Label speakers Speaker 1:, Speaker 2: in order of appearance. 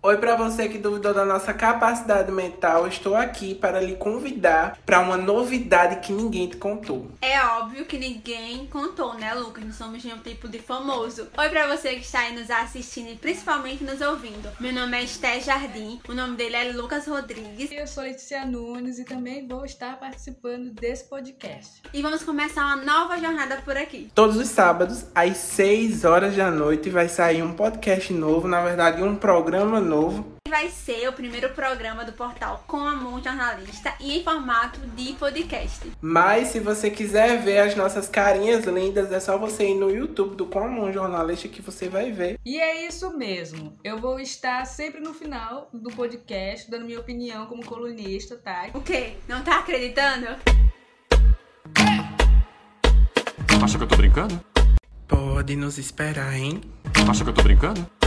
Speaker 1: Oi, para você que duvidou da nossa capacidade mental, estou aqui para lhe convidar para uma novidade que ninguém te contou.
Speaker 2: É óbvio que ninguém contou, né, Lucas? Não somos nenhum tipo de famoso. Oi, para você que está aí nos assistindo e principalmente nos ouvindo. Meu nome é Esté Jardim, o nome dele é Lucas Rodrigues.
Speaker 3: Eu sou Letícia Nunes e também vou estar participando desse podcast.
Speaker 2: E vamos começar uma nova jornada por aqui.
Speaker 1: Todos os sábados, às 6 horas da noite, vai sair um podcast novo, na verdade, um programa novo
Speaker 2: vai ser o primeiro programa do portal Com Amor Jornalista e em formato de podcast.
Speaker 1: Mas se você quiser ver as nossas carinhas lindas, é só você ir no YouTube do Com Amor Jornalista que você vai ver.
Speaker 3: E é isso mesmo. Eu vou estar sempre no final do podcast dando minha opinião como colunista, tá?
Speaker 2: O quê? Não tá acreditando?
Speaker 4: Acha que eu tô brincando?
Speaker 1: Pode nos esperar, hein?
Speaker 4: Acha que eu tô brincando?